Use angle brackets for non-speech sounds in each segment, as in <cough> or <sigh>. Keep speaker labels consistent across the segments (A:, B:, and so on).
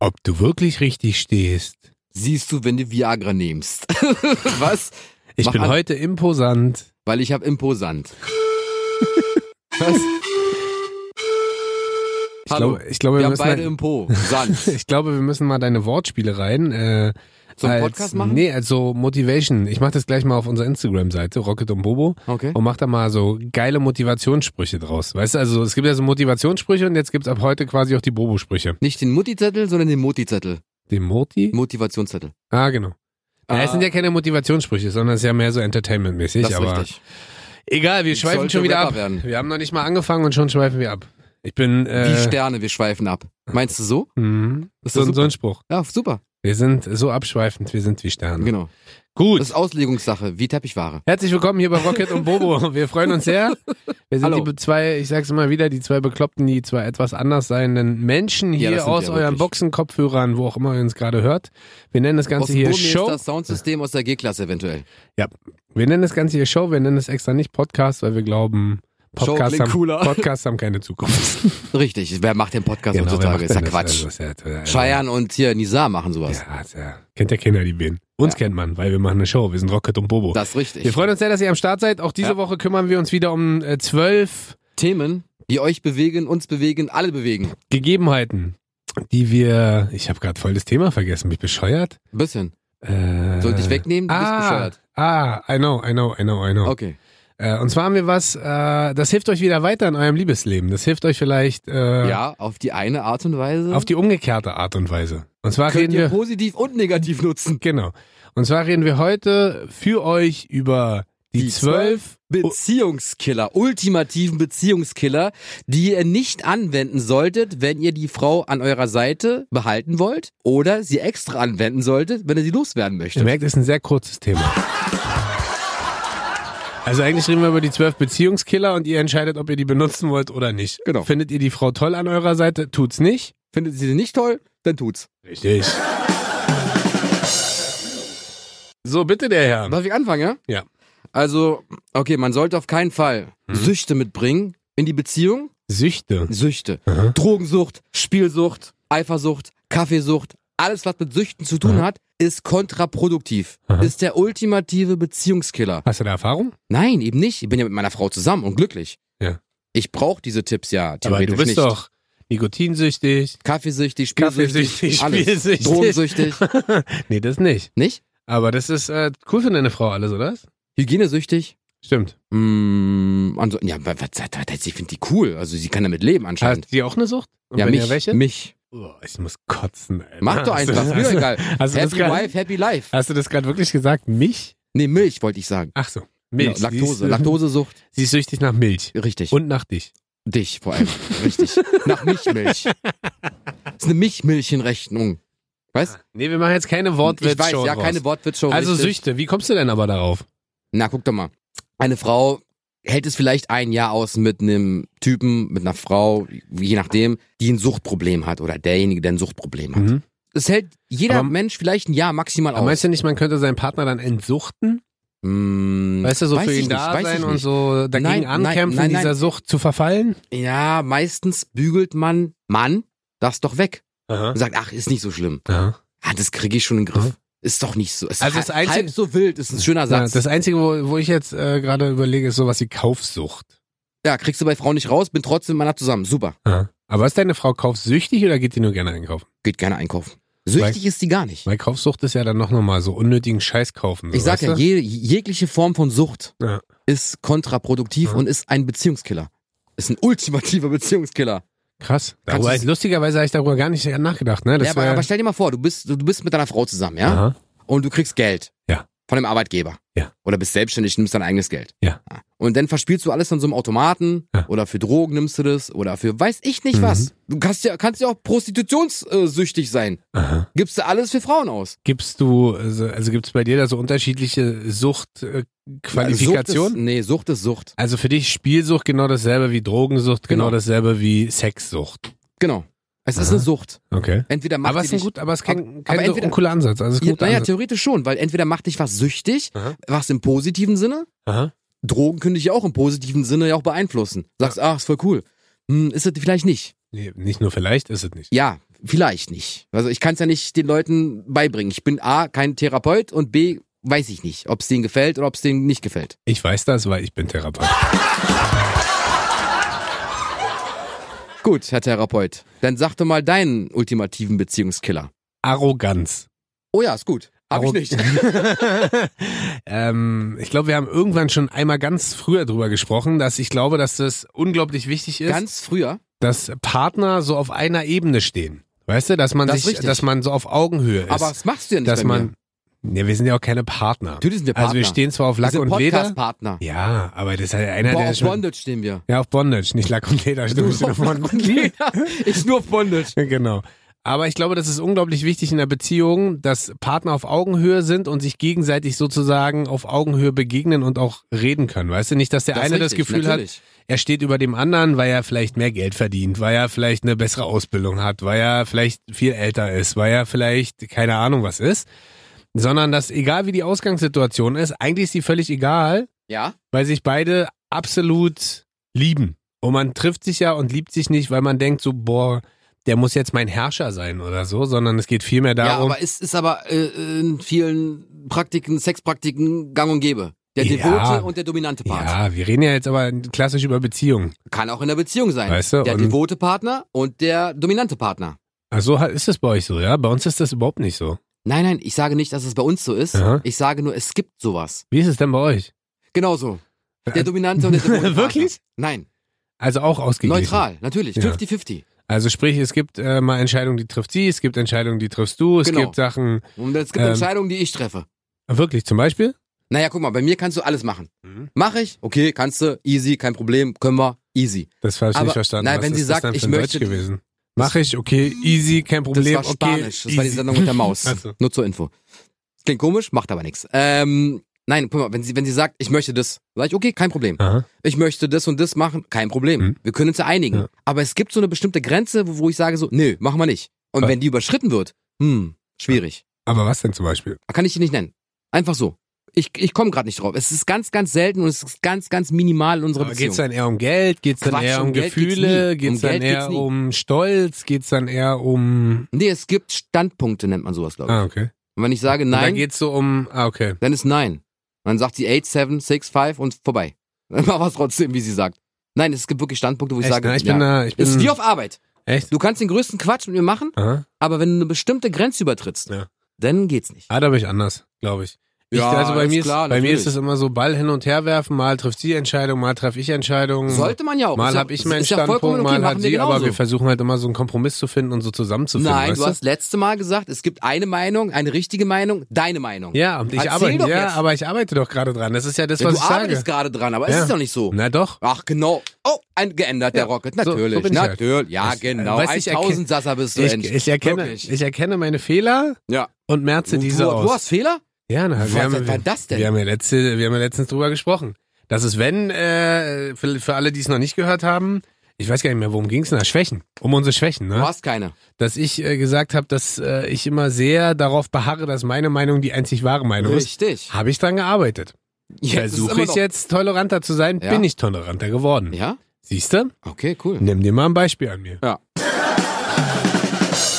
A: Ob du wirklich richtig stehst.
B: Siehst du, wenn du Viagra nimmst. <laughs> Was?
A: Ich
B: Mach
A: bin
B: an.
A: heute imposant.
B: Weil ich
A: <laughs>
B: habe Imposant. Was?
A: Ich
B: Hallo.
A: glaube, ich glaube,
B: wir
A: wir
B: haben
A: müssen
B: beide
A: mal,
B: Impo.
A: <laughs>
B: Sand.
A: ich glaube, wir müssen mal deine Wortspiele rein. Äh,
B: Zum
A: als,
B: Podcast machen?
A: Nee, also Motivation. Ich mache das gleich mal auf unserer Instagram-Seite, Rocket und Bobo,
B: Okay.
A: und mach da mal so geile Motivationssprüche draus. Weißt du, also es gibt ja so Motivationssprüche und jetzt gibt's ab heute quasi auch die Bobo-Sprüche.
B: Nicht den Mutti-Zettel, sondern den Moti-Zettel.
A: Den Moti?
B: Motivationszettel.
A: Ah, genau. Na,
B: Ah.
A: es sind ja keine Motivationssprüche, sondern es ist ja mehr so entertainmentmäßig.
B: Das ist
A: aber
B: richtig.
A: Egal, wir
B: Ich
A: schweifen
B: sollte
A: schon wieder
B: Rapper
A: ab.
B: werden.
A: Wir haben noch nicht mal angefangen und schon schweifen wir ab. Ich bin äh,
B: Wie Sterne, wir schweifen ab. Meinst du so?
A: mh,
B: Ist
A: Mhm. so,
B: das
A: ein- so ein Spruch.
B: Ja, super.
A: Wir sind so abschweifend, wir sind wie Sterne.
B: Genau. Das
A: Gut.
B: ist Auslegungssache, wie Teppichware.
A: Herzlich willkommen hier bei Rocket und
B: <laughs>
A: Bobo. Wir freuen uns sehr. Wir sind
B: Hallo.
A: die be- zwei, ich sag's immer wieder, die zwei Bekloppten, die zwei etwas anders seienden Menschen
B: Ja,
A: hier
B: das sind
A: aus
B: wir
A: euren
B: wirklich.
A: Boxenkopfhörern, wo auch immer ihr uns gerade hört. Wir nennen das Ganze
B: Aus
A: hier
B: Burmi ist
A: Show.
B: das Soundsystem aus der G-Klasse eventuell.
A: Ja. Wir nennen das Ganze hier Show, wir nennen es extra nicht Podcast, weil wir glauben,
B: Show
A: Podcasts
B: klingt
A: haben,
B: cooler.
A: Podcasts haben keine Zukunft.
B: Richtig, wer macht den Podcast
A: Genau, wer
B: <laughs> heutzutage?
A: macht
B: Ist ja
A: denn das?
B: Quatsch.
A: Also, ist ja total-
B: Scheiern und hier Nizar machen sowas.
A: Ja, ist ja, kennt ja keiner die Bienen. Uns
B: Ja.
A: kennt man, weil wir machen eine Show. Wir sind Rocket und Bobo.
B: Das ist richtig.
A: wir freuen uns sehr, dass ihr am Start seid. Auch diese
B: Ja.
A: Woche kümmern wir uns wieder um äh, zwölf
B: Themen, die euch bewegen, uns bewegen, alle bewegen.
A: Gegebenheiten, die wir. Ich habe gerade voll das Thema vergessen. Bin ich bescheuert?
B: Ein bisschen.
A: Äh,
B: Soll ich dich wegnehmen? Du bist
A: ah,
B: bescheuert.
A: ah, I know, I know, I know, I know.
B: Okay.
A: Äh, und zwar haben wir was, äh, das hilft euch wieder weiter in eurem Liebesleben. Das hilft euch vielleicht äh,
B: Ja, auf die eine Art und Weise
A: auf die umgekehrte Art und Weise. Und zwar
B: könnt
A: reden
B: ihr
A: wir.
B: positiv und negativ nutzen.
A: Genau. Und zwar reden wir heute für euch über die,
B: Die
A: zwölf.
B: Beziehungskiller, ultimativen Beziehungskiller, die ihr nicht anwenden solltet, wenn ihr die Frau an eurer Seite behalten wollt oder sie extra anwenden solltet, wenn ihr sie loswerden
A: Ihr
B: möchtet.
A: merkt, es ist ein sehr kurzes Thema. Also eigentlich reden wir über die zwölf Beziehungskiller und ihr entscheidet, ob ihr die benutzen wollt oder nicht.
B: Genau.
A: Findet ihr die Frau toll an eurer Seite? Tut's nicht.
B: Findet sie sie nicht toll, dann tut's.
A: Richtig. So, bitte der Herr.
B: Darf ich anfangen, ja?
A: Ja. Mhm.
B: Also, okay, man sollte auf keinen Fall Süchte mitbringen in die Beziehung.
A: Süchte.
B: Süchte.
A: Aha.
B: Drogensucht, Spielsucht, Eifersucht, Kaffeesucht, alles, was mit Süchten zu tun hat, ist kontraproduktiv.
A: Aha.
B: Ist der ultimative Beziehungskiller.
A: Hast du da Erfahrung?
B: Nein, eben nicht. Ich bin ja mit meiner Frau zusammen und glücklich.
A: Ja.
B: Ich brauche diese Tipps ja
A: Aber
B: theoretisch
A: du bist
B: nicht.
A: doch nikotinsüchtig. <laughs>
B: Kaffeesüchtig, Spielsüchtig,
A: Kaffeesüchtig,
B: alles.
A: spielsüchtig. <laughs>
B: Drogensüchtig,
A: Nee, das nicht.
B: nicht?
A: Aber das ist äh, cool für deine Frau alles, oder?
B: Hygienesüchtig.
A: Stimmt.
B: Mm, also, ja, was, was, was, ich finde die cool. Also sie kann damit leben anscheinend.
A: Hat die auch eine Sucht? Und
B: ja,
A: wenn
B: mich,
A: ja, welche?
B: mich.
A: Oh, ich muss kotzen, Alter.
B: Mach doch
A: Hast du-
B: einfach, mir
A: hast du-
B: egal.
A: Hast du, das
B: Happy
A: grad,
B: Wife, Happy Life.
A: hast du das gerade wirklich gesagt? Genau, Mich?
B: Nee, Milch wollte ich sagen.
A: Ach so. Milch.
B: Ja,
A: Sie
B: Genau, Laktose,
A: ist,
B: Laktosesucht,
A: Sie ist süchtig nach Milch.
B: richtig.
A: Und nach dich.
B: Dich
A: <laughs>
B: vor allem. Richtig. Nach Milchmilch. Das ist eine Milchmilchenrechnung. Weißt?
A: Nee, wir machen jetzt keine
B: ich weiß,
A: Wortwitzshow
B: ja,
A: draus.
B: keine Wortwitzshow.
A: Also
B: richtig.
A: Süchte. Wie kommst du denn aber darauf?
B: Na, guck doch mal. Eine Frau hält es vielleicht ein Jahr aus mit einem Typen, mit einer Frau, je nachdem, die ein Suchtproblem hat oder derjenige, der ein Suchtproblem hat.
A: Mhm.
B: Es hält jeder
A: Aber-
B: Mensch vielleicht ein Jahr maximal
A: Aber
B: aus.
A: meinst du nicht, man könnte seinen Partner dann entsuchten?
B: Hm,
A: Weißt du, so
B: weiß
A: für
B: ich
A: ihn
B: nicht,
A: da
B: weiß ich
A: sein
B: nicht.
A: und so dagegen
B: Nein, nein,
A: ankämpfen,
B: nein, nein.
A: dieser Sucht zu verfallen?
B: Ja, meistens bügelt man, Mann, das doch weg.
A: Aha.
B: Und sagt, ach, ist nicht so schlimm.
A: Ja.
B: Ah, das kriege ich schon in den Griff.
A: Mhm.
B: Ist doch nicht so. Ist
A: Also
B: also
A: das
B: halb,
A: Einzige-
B: halb so wild, ist ein schöner
A: Ja,
B: Satz. Ja,
A: das Einzige, wo, wo ich jetzt äh, gerade überlege, ist sowas wie Kaufsucht.
B: kriegst du bei Frauen nicht raus, bin trotzdem mit meiner zusammen. Super.
A: Aber ist deine Frau kaufsüchtig oder geht die nur gerne einkaufen?
B: Geht gerne einkaufen. Süchtig ist die gar nicht.
A: Weil Kaufsucht ist ja dann noch nochmal so unnötigen Scheiß kaufen. So,
B: Ich sag
A: weißt
B: ja,
A: du?
B: je, jegliche Form von Sucht
A: Ja.
B: ist kontraproduktiv
A: Ja.
B: und ist ein Beziehungskiller. Ist ein ultimativer Beziehungskiller.
A: Krass.
B: Kannst
A: Darüber,
B: du's-
A: lustigerweise habe ich darüber gar nicht nachgedacht. Ne? Das
B: Ja, aber,
A: wär-
B: aber stell dir mal vor, du bist, du bist mit deiner Frau zusammen, ja?
A: Aha.
B: Und du kriegst Geld.
A: Ja.
B: Von dem Arbeitgeber.
A: Ja.
B: Oder bist selbstständig, nimmst dein eigenes Geld. Ah.
A: Ja.
B: Und dann verspielst du alles an so einem Automaten
A: Ja.
B: oder für Drogen nimmst du das oder für weiß ich nicht
A: Mhm.
B: was. Du kannst ja, kannst ja auch prostitutionssüchtig sein.
A: Aha.
B: Gibst du alles für Frauen aus.
A: Gibst du, also, also gibt es bei dir da so unterschiedliche
B: Sucht
A: Suchtqualifikationen?
B: Also ist, nee, Sucht ist Sucht.
A: also für dich Spielsucht genau dasselbe wie Drogensucht, genau,
B: Genau.
A: dasselbe wie Sexsucht.
B: Genau. Es ist
A: Aha.
B: eine Sucht.
A: Okay.
B: Entweder macht
A: Aber
B: die
A: es ist ein
B: dich-
A: gut, aber es ist kein, kein
B: aber
A: so
B: entweder-
A: uncooler Ansatz. Also es ist ein
B: Ja,
A: guter
B: naja,
A: Ansatz.
B: theoretisch schon, weil entweder macht dich was süchtig,
A: Aha.
B: was im positiven Sinne,
A: Aha.
B: Drogen können dich ja auch im positiven Sinne ja auch beeinflussen. Sagst, ach, ist voll cool. Hm, ist es vielleicht nicht.
A: Nee, nicht nur vielleicht ist es nicht.
B: Ja, Vielleicht nicht. Also ich kann es ja nicht den Leuten beibringen. Ich bin A, kein Therapeut und B, weiß ich nicht, ob es denen gefällt oder ob es denen nicht gefällt.
A: Ich weiß das, weil ich bin Therapeut.
B: Gut, Herr Therapeut, dann sag doch mal deinen ultimativen Beziehungskiller.
A: Arroganz.
B: Oh ja, ist gut. Hab ich
A: Arro-
B: nicht.
A: <laughs> Ähm, ich glaube, wir haben irgendwann schon einmal ganz früher drüber gesprochen, dass ich glaube, dass das unglaublich wichtig ist,
B: <laughs> Ganz früher.
A: dass Partner so auf einer Ebene stehen. Weißt du, dass man
B: Das ist
A: sich,
B: richtig.
A: dass man so auf Augenhöhe ist.
B: Aber das machst du ja nicht
A: dass
B: bei
A: man.
B: mir.
A: Ne, wir sind ja auch keine Partner.
B: Natürlich sind wir
A: Also wir
B: Partner.
A: stehen zwar auf
B: Wir
A: Lack
B: sind
A: und Leder.
B: Podcast-Partner.
A: Ja, aber das ist halt einer,
B: Boah,
A: der
B: auf
A: schon.
B: Bondage stehen wir.
A: Ja, auf Bondage, nicht Lack und Leder. Stimmt,
B: auf
A: <laughs>
B: Lack und <laughs> Leder. Ich nur auf Bondage.
A: Genau. Aber ich glaube, das ist unglaublich wichtig in der Beziehung, dass Partner auf Augenhöhe sind und sich gegenseitig sozusagen auf Augenhöhe begegnen und auch reden können. Weißt du nicht, dass der
B: Das ist
A: eine das
B: richtig,
A: Gefühl
B: natürlich.
A: hat, er steht über dem anderen, weil er vielleicht mehr Geld verdient, weil er vielleicht eine bessere Ausbildung hat, weil er vielleicht viel älter ist, weil er vielleicht keine Ahnung was ist, sondern dass egal wie die Ausgangssituation ist, eigentlich ist sie völlig egal,
B: Ja?
A: weil sich beide absolut lieben. Und man trifft sich ja und liebt sich nicht, weil man denkt so, boah, der muss jetzt mein Herrscher sein oder so, sondern es geht vielmehr
B: Ja,
A: darum,
B: aber es ist aber äh, in vielen Praktiken, Sexpraktiken gang und gäbe. Der
A: Ja.
B: devote und der dominante Part.
A: ja, wir reden ja jetzt aber klassisch über Beziehungen.
B: Kann auch in der Beziehung sein.
A: Weißt du,
B: der
A: und-
B: devote Partner und der dominante Partner.
A: Also ist es bei euch so, ja? Bei uns ist das überhaupt nicht so.
B: Nein, nein, ich sage nicht, dass es bei uns so ist.
A: Aha.
B: Ich sage nur, es gibt sowas.
A: Wie ist es denn bei euch?
B: Genauso. Der
A: <laughs>
B: dominante und der devote Partner.
A: Äh, Wirklich?
B: Nein,
A: Also auch ausgeglichen.
B: neutral, natürlich.
A: Ja.
B: 50-50.
A: Also sprich, es gibt äh, mal Entscheidungen, die trifft sie, es gibt Entscheidungen, die triffst du, es
B: Genau.
A: gibt Sachen,
B: Und es gibt
A: Ähm.
B: Entscheidungen, die ich treffe.
A: wirklich, zum Beispiel?
B: Naja, guck mal, bei mir kannst du alles machen.
A: Mhm.
B: Mach ich? Okay, kannst du. Easy, kein Problem. Können wir. Easy.
A: Das habe ich
B: Aber-
A: nicht verstanden.
B: nein,
A: Was
B: wenn
A: ist
B: sie
A: das
B: sagt,
A: denn
B: ich
A: für ein
B: möchte-
A: Deutsch gewesen? Mach ich, okay, easy, kein
B: Das
A: Problem.
B: war
A: Okay,
B: Spanisch. das war die
A: easy. Also.
B: Sendung mit
A: <laughs>
B: der Maus.
A: Ach so.
B: Nur zur Info. Klingt komisch, macht aber nichts. Ähm, nein, guck mal, wenn sie, wenn sie sagt, ich möchte das, sage ich, okay, kein Problem.
A: Aha.
B: Ich möchte das und das machen, kein Problem.
A: Mhm.
B: Wir können uns ja einigen.
A: Ja.
B: Aber es gibt so eine bestimmte Grenze, wo, wo ich sage so, nö, machen wir nicht. Und
A: Was?
B: wenn die überschritten wird, hm, schwierig.
A: Aber was denn zum Beispiel?
B: Kann ich die nicht nennen. Einfach so. Ich, ich komme gerade nicht drauf. Es ist ganz, ganz selten und es ist ganz, ganz minimal in unserer
A: Aber
B: Beziehung.
A: geht's dann eher um Geld? Geht's dann
B: Quatsch,
A: eher
B: um
A: um,
B: Geld
A: Gefühle?
B: geht's nie. Um
A: Geht's dann
B: Geld geht's
A: eher
B: nie.
A: um Stolz? Geht's dann eher um.
B: nee, es gibt Standpunkte, nennt man sowas, glaube ich.
A: Ah, okay.
B: Und wenn ich sage
A: Und dann
B: nein,
A: geht's so um. Ah, okay.
B: dann ist nein. Und dann sagt sie 8, 7, 6, 5 und vorbei. <laughs> Dann war was trotzdem, wie sie sagt. Nein, es gibt wirklich Standpunkte, wo ich
A: Echt,
B: sage,
A: ne? ich
B: ja.
A: bin da. Ich bin,
B: ist wie auf Arbeit.
A: echt?
B: Du kannst den größten Quatsch mit mir machen,
A: Aha.
B: aber wenn du eine bestimmte Grenze übertrittst,
A: Ja.
B: dann geht's nicht.
A: Ah, da bin ich anders, glaube ich. Ich,
B: Ja,
A: also bei
B: ist
A: mir, ist,
B: klar,
A: bei mir
B: natürlich.
A: ist es immer so Ball hin und her werfen, mal trifft sie Entscheidung, mal treffe ich Entscheidung.
B: Sollte man ja auch. Ist
A: Hm. Mal
B: ja,
A: habe ich meinen
B: ist ja
A: Standpunkt,
B: vollkommen okay,
A: mal
B: machen
A: hat sie,
B: wir
A: aber
B: genauso.
A: wir versuchen halt immer so einen Kompromiss zu finden und so zusammenzufinden.
B: Nein,
A: weißt
B: du hast letzte Mal gesagt, es gibt eine Meinung, eine richtige Meinung, deine Meinung.
A: Ja, und ich
B: Erzähl
A: arbeite,
B: doch
A: ja,
B: jetzt.
A: aber ich arbeite doch gerade dran. Das ist ja das,
B: Ja,
A: was
B: du
A: ich sage.
B: arbeitest gerade dran, aber es
A: Ja.
B: ist doch nicht so.
A: Na doch.
B: Ach genau. Oh, ein geändert der
A: Ja,
B: Rocket.
A: so- so
B: Natürlich.
A: bin ich halt.
B: natürlich. Ja,
A: Ich-
B: genau.
A: weißt du, ich erken-
B: 1000 Sasser bist du
A: Ich,
B: endlich.
A: ich, erkenne,
B: Wirklich.
A: ich erkenne meine Fehler
B: Ja.
A: und merze diese
B: du,
A: aus.
B: du hast Fehler?
A: ja, na,
B: Was
A: wir, haben,
B: war das denn?
A: wir, haben ja letzte, wir haben ja letztens drüber gesprochen. Das ist, wenn, äh, für, für alle, die es noch nicht gehört haben, ich weiß gar nicht mehr, worum ging es denn? da? Schwächen. Um unsere Schwächen,
B: Du
A: ne?
B: hast keine.
A: Dass ich äh, gesagt habe, dass äh, ich immer sehr darauf beharre, dass meine Meinung die einzig wahre Meinung ist.
B: Richtig.
A: Habe ich dran gearbeitet.
B: Jetzt ist es
A: Versuche
B: immer
A: ich
B: noch-
A: jetzt toleranter zu sein,
B: Ja.
A: bin ich toleranter geworden.
B: Ja?
A: Siehst du?
B: Okay, cool.
A: Nimm dir mal ein Beispiel an mir.
B: Ja.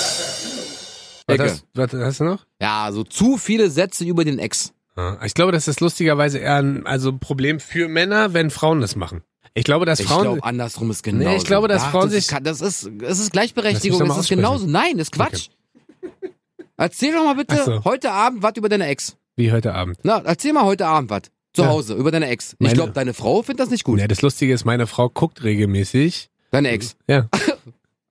A: Was
B: Ecke.
A: hast, was hast du noch?
B: Ja, so zu viele Sätze über den Ex.
A: Ah, Ich glaube, das ist lustigerweise eher ein, also ein Problem für Männer, wenn Frauen das machen. Ich glaube, dass
B: Ich
A: Frauen.
B: glaube, andersrum ist genauso.
A: Nee, ich glaube, dass
B: Ach,
A: Frauen
B: das ist
A: sich-
B: ka- Das ist, das ist
A: Lass mich doch
B: Gleichberechtigung,
A: mal
B: das ist
A: aussprechen.
B: genauso. Nein, das ist Quatsch. Erzähl doch mal bitte
A: Ach so.
B: heute Abend was über deine Ex.
A: wie heute Abend.
B: Na, erzähl mal heute Abend was. Zu
A: Ja.
B: Hause, über deine Ex. Ich
A: Meine-
B: glaube, deine Frau findet das nicht gut.
A: Nee, das Lustige ist, meine Frau guckt regelmäßig.
B: Deine Ex. <laughs>
A: Ja.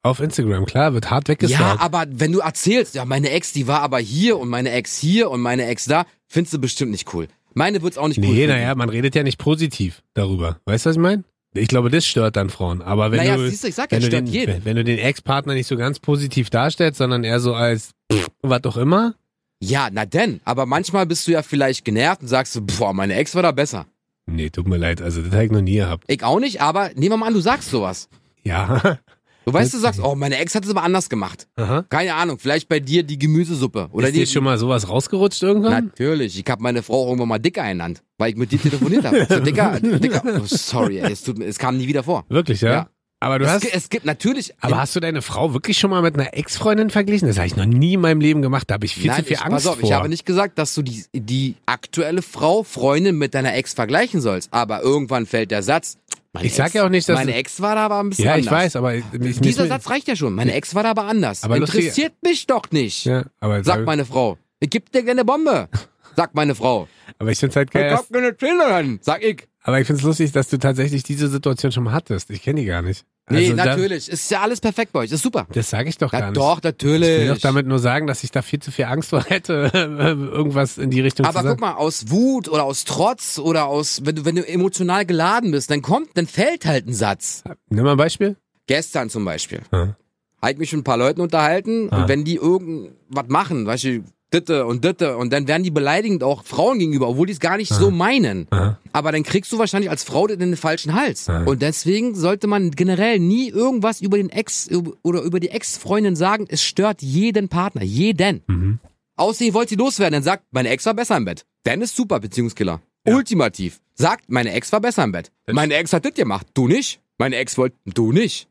A: auf Instagram, klar, wird hart
B: Ja,
A: weggesagt.
B: aber wenn du erzählst, ja, meine Ex, die war aber hier und meine Ex hier und meine Ex da, findest du bestimmt nicht cool. Meine wird's auch nicht cool.
A: nee,
B: finden.
A: naja, man redet ja nicht positiv darüber. Weißt du, was ich meine? Ich glaube, das stört dann Frauen. Aber wenn
B: naja,
A: du.
B: siehst du, ich sag ja,
A: Wenn du,
B: stört
A: den,
B: jeden.
A: wenn du den Ex-Partner nicht so ganz positiv darstellst, sondern eher so als pff, was auch immer,
B: Ja, na denn, aber manchmal bist du ja vielleicht genervt und sagst so, boah, meine Ex war da besser.
A: Nee, tut mir leid, also das habe ich noch nie gehabt.
B: Ich auch nicht, aber nehmen wir mal an, du sagst sowas.
A: <laughs> Ja.
B: Du weißt, du sagst, oh, meine Ex hat es aber anders gemacht.
A: Aha.
B: Keine Ahnung, vielleicht bei dir die Gemüsesuppe oder
A: Oder ist
B: die
A: dir schon mal sowas rausgerutscht irgendwann?
B: Natürlich, ich habe meine Frau auch irgendwann mal Dicker genannt,
A: <laughs>
B: weil ich mit dir telefoniert habe. So, Dicker, Dicker. Oh, sorry, ey, es, tut mir, es kam nie wieder vor.
A: Wirklich, ja?
B: Ja.
A: Aber du
B: es,
A: hast.
B: gi- es gibt natürlich.
A: Aber hast du deine Frau wirklich schon mal mit einer Ex-Freundin verglichen? Das habe ich noch nie in meinem Leben gemacht. Da habe ich viel
B: Nein,
A: zu viel
B: ich,
A: Angst
B: pass auf,
A: vor.
B: ich habe nicht gesagt, dass du die, die aktuelle Frau, Freundin mit deiner Ex vergleichen sollst. Aber irgendwann fällt der Satz. Meine
A: Ich sag
B: Ex,
A: ja auch nicht, dass
B: Meine
A: du-
B: Ex war da aber ein bisschen
A: ja,
B: anders.
A: ich weiß, aber ich, ich,
B: Dieser
A: mir-
B: Satz reicht ja schon. Meine Ex war da aber anders.
A: Aber lustig-
B: Interessiert mich doch nicht.
A: Ja, aber,
B: Sagt meine Frau. Ich geb dir gerne
A: <laughs>
B: eine Bombe. Sagt meine Frau.
A: aber ich finde es halt
B: Ich
A: geil. dass-
B: hab keine Zähne dran. Sag ich.
A: Aber ich finde es lustig, dass du tatsächlich diese Situation schon mal hattest. Ich kenne die gar nicht.
B: Nee,
A: Also da-
B: natürlich. Ist ja alles perfekt bei euch. Ist super.
A: das sage ich doch gar
B: Na,
A: nicht.
B: doch,
A: Ich will
B: natürlich.
A: doch damit nur sagen, dass ich da viel zu viel Angst vor <laughs> hätte, irgendwas in die Richtung
B: Aber
A: zu sagen.
B: guck mal, aus Wut oder aus Trotz oder aus, wenn du, wenn du emotional geladen bist, dann kommt, dann fällt halt ein Satz.
A: Nimm mal ein Beispiel.
B: Gestern zum Beispiel.
A: Ja.
B: Halt mich mit ein paar Leuten unterhalten
A: Ah.
B: und wenn die irgendwas machen, weißt du, Ditte und Ditte und dann werden die beleidigend auch Frauen gegenüber, obwohl die es gar
A: Ah.
B: nicht so meinen.
A: Aha.
B: Aber dann kriegst du wahrscheinlich als Frau den in den falschen Hals.
A: Ja.
B: Und deswegen sollte man generell nie irgendwas über den Ex oder über die Ex-Freundin sagen. Es stört jeden Partner, jeden.
A: Mhm.
B: Außer ihr wollt sie loswerden, dann sagt, meine Ex war besser im Bett. Dann ist super Beziehungskiller. Ultimativ. Sagt, meine Ex war besser im Bett.
A: Das-
B: meine Ex hat das gemacht. Du nicht. Meine Ex wollte, du nicht.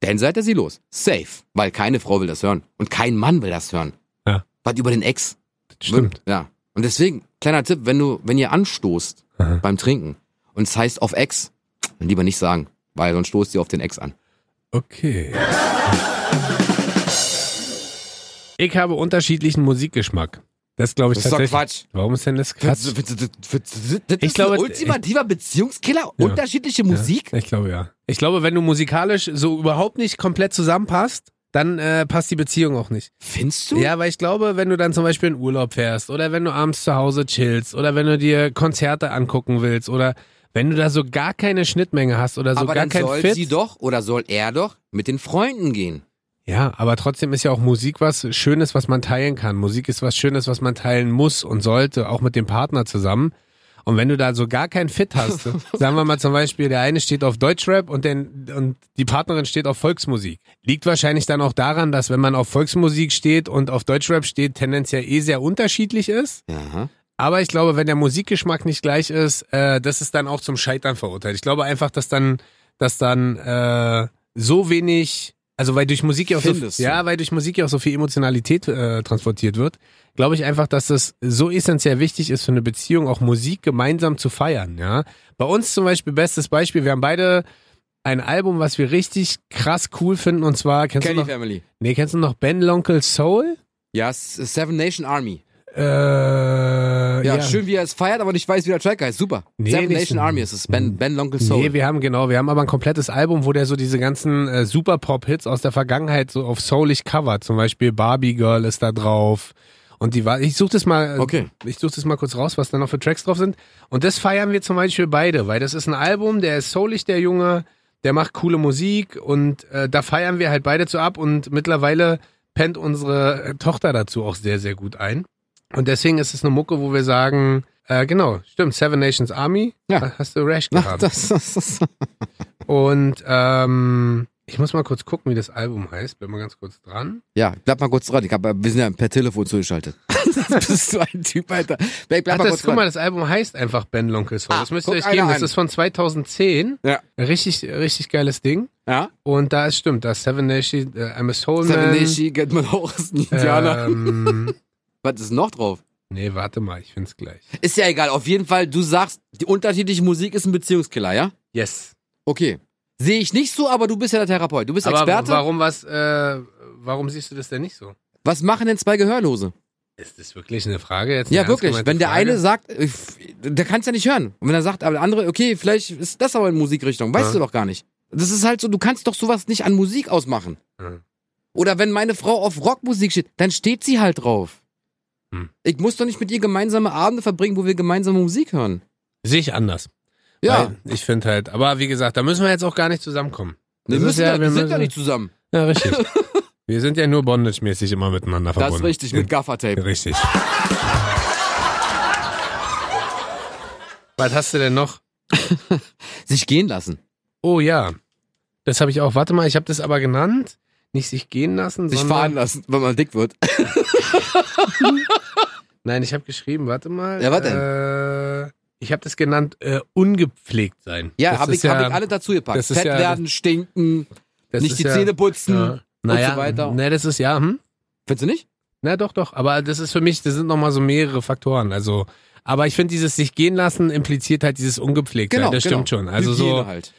B: Dann seid ihr sie los. Safe. Weil keine Frau will das hören. Und kein Mann will das hören.
A: Ja.
B: Was über den Ex.
A: Das stimmt.
B: Ja. Und deswegen, kleiner Tipp, wenn du, wenn ihr anstoßt
A: Aha.
B: beim Trinken und es heißt auf Ex, dann lieber nicht sagen, weil sonst stoßt ihr auf den Ex an.
A: Okay. Ich habe unterschiedlichen Musikgeschmack. Das glaube ich
B: Das ist doch
A: tatsächlich.
B: Quatsch.
A: Warum ist denn das
B: Das,
A: Quatsch? Ich
B: ist
A: glaube,
B: ein ultimativer Beziehungskiller, unterschiedliche Musik.
A: Ich glaube ja. Ich glaube, wenn du musikalisch so überhaupt nicht komplett zusammenpasst, dann äh, passt die Beziehung auch nicht.
B: Findest du?
A: Ja, weil ich glaube, wenn du dann zum Beispiel in Urlaub fährst oder wenn du abends zu Hause chillst oder wenn du dir Konzerte angucken willst oder wenn du da so gar keine Schnittmenge hast oder so
B: Aber
A: gar
B: dann
A: kein
B: soll
A: Fit.
B: sie doch oder soll er doch mit den Freunden gehen.
A: Ja, aber trotzdem ist ja auch Musik was Schönes, was man teilen kann. Musik ist was Schönes, was man teilen muss und sollte, auch mit dem Partner zusammen. Und wenn du da so gar keinen Fit hast, sagen wir mal zum Beispiel, der eine steht auf Deutschrap und, den, und die Partnerin steht auf Volksmusik. Liegt wahrscheinlich dann auch daran, dass wenn man auf Volksmusik steht und auf Deutschrap steht, tendenziell eh sehr unterschiedlich ist.
B: Ja.
A: Aber ich glaube, wenn der Musikgeschmack nicht gleich ist, äh, das ist dann auch zum Scheitern verurteilt. Ich glaube einfach, dass dann, dass dann äh, so wenig, also weil durch Musik ja auch
B: Findest
A: so,
B: du?
A: ja, weil durch Musik ja auch so viel Emotionalität äh, transportiert wird, glaube ich einfach, dass das so essentiell wichtig ist für eine Beziehung, auch Musik gemeinsam zu feiern. Ja, bei uns zum Beispiel bestes Beispiel: Wir haben beide ein Album, was wir richtig krass cool finden, und zwar kennst
B: Kelly
A: du noch,
B: Family.
A: nee, kennst du noch Ben Lonkel Soul?
B: Ja, S- Seven Nation Army.
A: Äh, ja,
B: Ja, schön, wie er es feiert, aber ich weiß, wie der Track heißt. Super.
A: Nee,
B: Seven
A: nicht
B: Nation
A: so.
B: Army ist es. Ben, ben Lonkel Soul.
A: Nee, wir haben genau, wir haben aber ein komplettes Album, wo der so diese ganzen äh, Super-Pop-Hits aus der Vergangenheit so auf soulig covert. Zum Beispiel Barbie Girl ist da drauf. Und die war, ich such das mal, äh,
B: Okay.
A: ich such das mal kurz raus, was da noch für Tracks drauf sind. Und das feiern wir zum Beispiel beide, weil das ist ein Album, der ist soulig, der Junge, der macht coole Musik und äh, da feiern wir halt beide zu ab und mittlerweile pennt unsere äh, Tochter dazu auch sehr, sehr gut ein. Und deswegen ist es eine Mucke, wo wir sagen, äh, genau, stimmt, Seven Nations Army,
B: Ja.
A: da hast du Rash
B: Ach,
A: gehabt.
B: <laughs> das, das, das.
A: Und ähm, ich muss mal kurz gucken, wie das Album heißt. Bleib mal ganz kurz dran.
B: Ja, bleib mal kurz dran. Ich hab, wir sind ja per Telefon zugeschaltet. <laughs> das bist du ein Typ, Alter. Bleib, bleib
A: Ach,
B: mal
A: das,
B: kurz
A: guck
B: dran.
A: mal, das Album heißt einfach Ben Lonkel Soul.
B: Ah,
A: das müsst ihr
B: guck
A: euch geben.
B: einer
A: Das
B: an.
A: ist von 2010.
B: Ja.
A: Richtig, richtig geiles Ding.
B: Ja?
A: Und da ist, stimmt, da ist Seven Nation, äh, I'm a Soul
B: Seven
A: Man.
B: Nation kennt man auch, <laughs> ist ein Indianer. <laughs>
A: Ähm,
B: Was ist noch drauf?
A: nee, warte mal, ich find's gleich.
B: Ist ja egal. Auf jeden Fall, du sagst, die unterschiedliche Musik ist ein Beziehungskiller, ja?
A: Yes.
B: Okay. Sehe ich nicht so, aber du bist ja der Therapeut. Du bist
A: Aber
B: Experte.
A: warum was, äh, warum siehst du das denn nicht so?
B: Was machen denn zwei Gehörlose?
A: Ist das wirklich eine Frage jetzt?
B: Ja,
A: Eine ernst
B: wirklich.
A: gemeinte
B: Wenn der
A: Frage?
B: eine sagt, äh, f- der kann es ja nicht hören. Und wenn er sagt, aber der andere, okay, vielleicht ist das aber in Musikrichtung, weißt
A: Ja.
B: du doch gar nicht. Das ist halt so, du kannst doch sowas nicht an Musik ausmachen.
A: Ja.
B: Oder wenn meine Frau auf Rockmusik steht, dann steht sie halt drauf.
A: Hm.
B: Ich muss doch nicht mit ihr gemeinsame Abende verbringen, wo wir gemeinsame Musik hören.
A: Sehe ich anders.
B: Ja,
A: Weil ich finde halt, aber wie gesagt, da müssen wir jetzt auch gar nicht zusammenkommen.
B: wir,
A: Das ist
B: müssen ja, wir sind ja
A: müssen-
B: nicht zusammen.
A: Ja, richtig. <laughs> Wir sind ja nur bondage-mäßig immer miteinander
B: Das
A: verbunden.
B: ist richtig, mit
A: <laughs>
B: Gaffertape.
A: Richtig. Was hast du denn noch?
B: Sich gehen lassen.
A: Oh ja, das habe ich auch. Warte mal, ich habe das aber genannt. Nicht sich gehen lassen,
B: Sich fahren
A: sondern...
B: lassen, wenn man dick wird.
A: Nein, ich habe geschrieben, warte mal.
B: Ja, was
A: denn? ich habe das genannt, äh, ungepflegt sein.
B: Ja,
A: Das
B: habe
A: ist
B: ich, hab ich alle dazu gepackt.
A: das ist
B: Fett
A: ja-
B: werden, stinken,
A: das
B: nicht
A: ist
B: die
A: ja-
B: Zähne putzen
A: ja. Naja,
B: und so weiter.
A: Ne, das ist ja, hm?
B: Findest du nicht?
A: Na doch, doch. Aber das ist für mich, das sind nochmal so mehrere Faktoren. Also, aber ich finde, dieses sich gehen lassen impliziert halt dieses ungepflegt
B: Genau,
A: sein. Das stimmt schon. Also
B: Hygiene
A: so,
B: halt.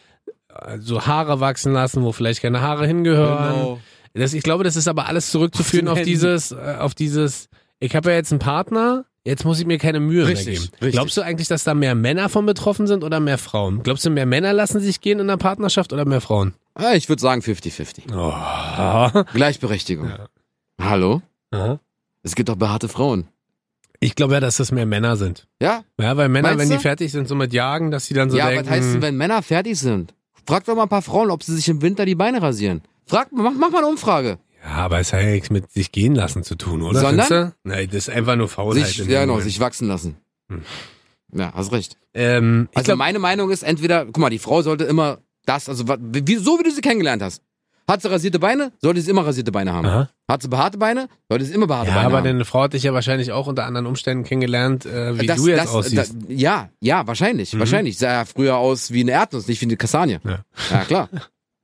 A: so Haare wachsen lassen, wo vielleicht keine Haare hingehören.
B: Genau.
A: Das, ich glaube, das ist aber alles zurückzuführen
B: Auf
A: auf,
B: den Händen.
A: dieses, äh, auf dieses, ich habe ja jetzt einen Partner, jetzt muss ich mir keine Mühe
B: Richtig,
A: mehr geben.
B: richtig.
A: Glaubst du eigentlich, dass da mehr Männer von betroffen sind oder mehr Frauen? Glaubst du, mehr Männer lassen sich gehen in einer Partnerschaft oder mehr Frauen?
B: Ah, ich würde sagen 50-50.
A: Oh.
B: Gleichberechtigung.
A: Ja.
B: Hallo?
A: Aha.
B: Es gibt doch behaarte Frauen.
A: <laughs> Ich glaube ja, dass das mehr Männer sind.
B: Ja?
A: Ja, weil Männer,
B: Meinst
A: wenn die
B: du?
A: fertig sind, so mit Jagen, dass sie dann so
B: ja,
A: denken.
B: was heißt denn, wenn Männer fertig sind? Frag doch mal ein paar Frauen, ob sie sich im Winter die Beine rasieren. Frag, mach, mach mal eine Umfrage.
A: ja, aber es hat ja nichts mit sich gehen lassen zu tun, oder?
B: Sondern?
A: Findest du? Nein, das ist einfach nur Faulheit. halt
B: Sich,
A: in Hm.
B: ja,
A: dem
B: genau,
A: Moment.
B: sich wachsen lassen. Ja, hast recht.
A: ähm, ich
B: Also
A: glaub,
B: meine Meinung ist entweder, guck mal, die Frau sollte immer das, also wa- wie, so wie du sie kennengelernt hast. Hat sie rasierte Beine, sollte sie immer rasierte Beine haben.
A: Aha.
B: Hat sie behaarte Beine, sollte sie immer behaarte
A: Ja,
B: Beine
A: aber
B: haben.
A: deine Frau hat dich ja wahrscheinlich auch unter anderen Umständen kennengelernt, äh, wie
B: Das-
A: du jetzt
B: das-
A: aussiehst. Mhm.
B: da- ja, ja, wahrscheinlich, wahrscheinlich. Sah ja früher aus wie eine Erdnuss, nicht wie eine Kastanie.
A: Ja.
B: ja klar.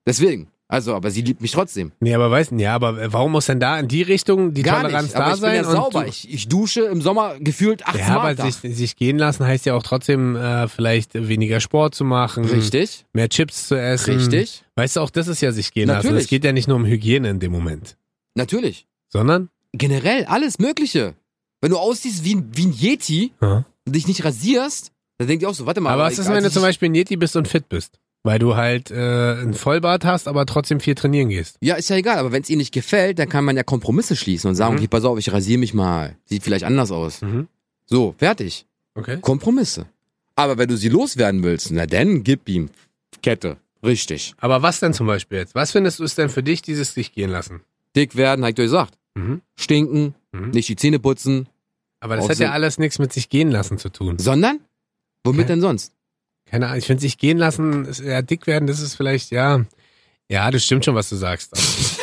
B: Deswegen. Also, aber sie liebt mich trotzdem.
A: nee, aber weißt ja, aber warum muss denn da in die Richtung die
B: Gar
A: Toleranz
B: nicht,
A: da
B: aber ich
A: sein?
B: bin ja
A: und
B: sauber.
A: du-
B: Ich, ich dusche im Sommer gefühlt achtmal.
A: ja, aber
B: am Tag.
A: sich, sich gehen lassen heißt ja auch trotzdem äh, vielleicht weniger Sport zu machen,
B: Richtig,
A: mehr Chips zu essen.
B: richtig.
A: Weißt du, auch das ist ja sich gehen lassen.
B: Natürlich.
A: Es geht ja nicht nur um Hygiene in dem Moment,
B: Natürlich.
A: sondern
B: Generell alles Mögliche. Wenn du aussiehst wie, ein- wie ein Yeti
A: Ja.
B: und dich nicht rasierst, dann denkt ihr auch so, warte mal.
A: Aber was ist,
B: als
A: wenn du
B: ich-
A: zum Beispiel ein Yeti bist und fit bist? Weil du halt äh, ein Vollbart hast, aber trotzdem viel trainieren gehst.
B: Ja, ist ja egal, aber wenn es ihr nicht gefällt, dann kann man ja Kompromisse schließen und sagen,
A: Mhm.
B: okay, pass auf, ich rasiere mich mal. Sieht vielleicht anders aus.
A: Mhm.
B: So, fertig.
A: Okay.
B: Kompromisse. Aber wenn du sie loswerden willst, na dann gib ihm Kette. Richtig.
A: Aber was denn zum Beispiel jetzt? Was findest du ist denn für dich dieses sich gehen lassen?
B: Dick werden, hab ich dir gesagt.
A: Mhm.
B: Stinken,
A: Mhm.
B: nicht die Zähne putzen,
A: Aber das
B: Auch
A: hat ja
B: so-
A: alles nichts mit sich gehen lassen zu tun.
B: sondern? Womit
A: Hä?
B: denn sonst?
A: Keine Ahnung, ich finde sich gehen lassen, ist, ja, dick werden, das ist vielleicht, ja. Ja, das stimmt schon, was du
B: <laughs>
A: sagst.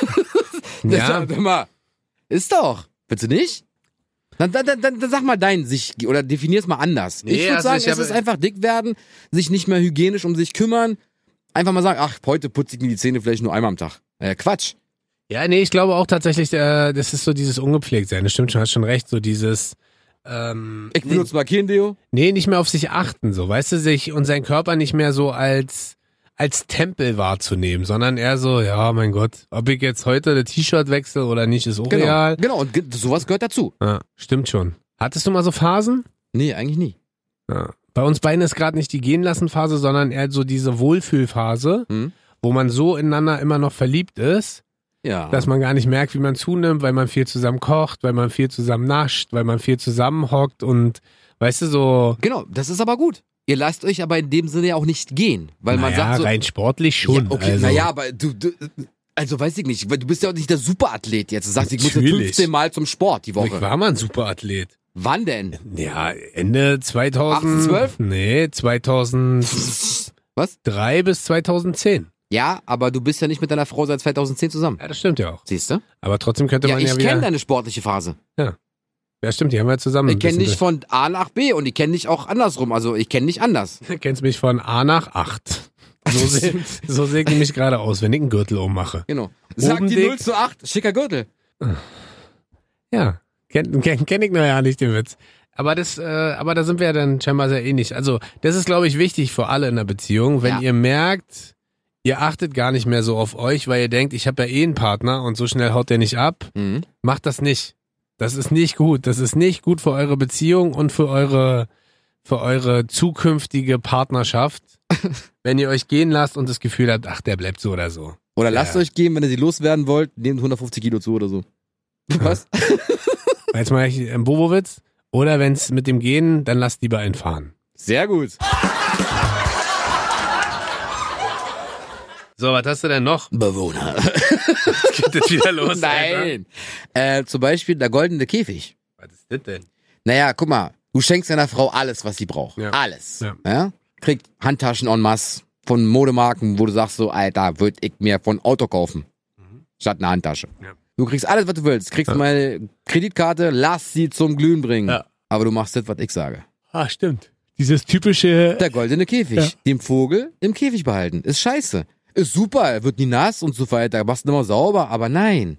A: <laughs> ja,
B: Sag mal, ist doch. Willst du nicht? Dann, dann, dann, dann sag mal dein sich oder definier's mal anders.
A: Nee,
B: ich würde
A: also
B: sagen,
A: ich
B: es
A: habe-
B: ist einfach dick werden, sich nicht mehr hygienisch um sich kümmern. Einfach mal sagen, ach, heute putze ich mir die Zähne vielleicht nur einmal am Tag. Äh, Quatsch.
A: ja, nee, ich glaube auch tatsächlich, äh, das ist so dieses Ungepflegtsein. Das stimmt schon, hast schon recht, so dieses. Ähm,
B: Ich benutze mal Kehendeo.
A: Nee, nicht mehr auf sich achten, so, weißt du, sich und seinen Körper nicht mehr so als, als Tempel wahrzunehmen, sondern eher so, ja, mein Gott, ob ich jetzt heute das T-Shirt wechsle oder nicht, ist auch
B: Genau.
A: real.
B: Genau, und ge- sowas gehört dazu.
A: Ja, stimmt schon. Hattest du mal so Phasen?
B: Nee, eigentlich nie.
A: Ja. Bei uns beiden ist gerade nicht die gehen lassen Phase, sondern eher so diese Wohlfühlphase,
B: Hm?
A: wo man so ineinander immer noch verliebt ist,
B: Ja.
A: dass man gar nicht merkt, wie man zunimmt, weil man viel zusammen kocht, weil man viel zusammen nascht, weil man viel zusammen hockt und, weißt du, so,
B: Genau, das ist aber gut. Ihr lasst euch aber in dem Sinne ja auch nicht gehen, weil man
A: naja,
B: sagt so.
A: rein sportlich schon.
B: ja, okay,
A: also.
B: naja, aber du, du, also weiß ich nicht, weil du bist ja auch nicht der Superathlet jetzt. Du sagst, ich muss jetzt
A: Natürlich.
B: 15 Mal zum Sport die
A: Ich
B: Woche.
A: war mal ein Superathlet.
B: Wann denn?
A: Ja, Ende 2000.
B: 2012?
A: Nee, 2003
B: Was?
A: bis 2010.
B: Ja, aber du bist ja nicht mit deiner Frau seit 2010 zusammen.
A: Ja, das stimmt ja auch.
B: Siehst du?
A: Aber trotzdem könnte
B: Ja,
A: man ja
B: ich kenne
A: wieder.
B: deine sportliche Phase.
A: Ja, stimmt, die haben wir zusammen.
B: Ich
A: ein
B: kenne dich
A: bisschen
B: von A nach B und ich kenne dich auch andersrum. Also ich kenne dich anders.
A: durch- Kennst mich von A nach 8. <laughs> So, se so sehe ich mich gerade aus, wenn ich einen Gürtel ummache.
B: Genau. Sag
A: Oben
B: die
A: dick.
B: 0 zu 8, schicker Gürtel.
A: Ja, kenn, kenn, kenn ich noch ja nicht den Witz. Aber das, äh, aber da sind wir ja dann scheinbar sehr ähnlich. Also, das ist, glaube ich, wichtig für alle in der Beziehung, wenn
B: Ja.
A: ihr merkt, ihr achtet gar nicht mehr so auf euch, weil ihr denkt, ich habe ja eh einen Partner und so schnell haut der nicht ab,
B: Mhm.
A: macht das nicht. Das ist nicht gut. Das ist nicht gut für eure Beziehung und für eure, für eure zukünftige <laughs> Partnerschaft, wenn ihr euch gehen lasst und das Gefühl habt, ach, der bleibt so oder so.
B: Oder lasst
A: Ja.
B: euch gehen, wenn ihr sie loswerden wollt, nehmt 150 Kilo zu oder so. Was?
A: Jetzt mache ich einen Bobowitz. Oder wenn es mit dem Gehen, dann lasst lieber einen fahren.
B: Sehr gut.
A: So, was hast du denn noch?
B: Bewohner.
A: Geht das wieder los? <laughs>
B: Nein. Äh, zum Beispiel der goldene Käfig.
A: Was ist das denn?
B: Naja, guck mal, du schenkst deiner Frau alles, was sie braucht.
A: Ja.
B: Alles.
A: Ja.
B: Ja. Kriegt Handtaschen en masse von Modemarken, wo du sagst so, Alter, würd ich mir von Auto kaufen. Statt eine Handtasche.
A: Mhm. Ja.
B: Du kriegst alles, was du willst. Kriegst meine Kreditkarte, lass sie zum Glühen bringen.
A: Ja.
B: Aber du machst das, was ich sage.
A: Ah, stimmt. Dieses typische,
B: Der goldene Käfig.
A: Ja.
B: Den Vogel im Käfig behalten. Ist scheiße. Ist super, wird nie nass und so weiter. Machst ihn immer sauber, aber nein.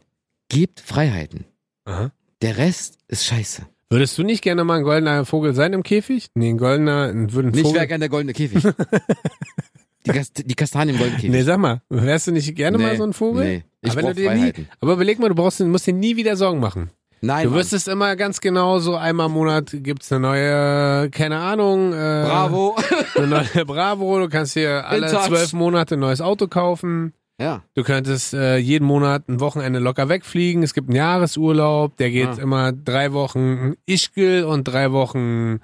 B: Gebt Freiheiten.
A: Aha.
B: Der Rest ist scheiße.
A: würdest du nicht gerne mal ein goldener Vogel sein im Käfig? Nee, ein goldener, ein, würde ein
B: Ich wäre
A: Vogel.
B: gern der
A: <laughs>
B: goldene Käfig. die, Kast die Kastanien im goldenen Käfig.
A: Nee, sag mal, wärst du nicht gerne mal
B: Nee,
A: so ein Vogel?
B: Nee, ich
A: aber, wenn
B: brauche
A: du dir nie,
B: Freiheiten.
A: aber überleg mal, du brauchst, den- musst dir nie wieder Sorgen machen.
B: Nein,
A: Du wirst es immer ganz genau so einmal im Monat gibt's eine neue, keine Ahnung, äh,
B: Mann. Bravo.
A: eine neue <laughs> Bravo. Du kannst dir alle
B: touch.
A: zwölf Monate ein neues Auto kaufen.
B: <laughs> ja.
A: Du könntest äh, jeden Monat ein Wochenende locker wegfliegen. Es gibt einen Jahresurlaub, der geht
B: Ah.
A: immer drei Wochen Ischgl und drei Wochen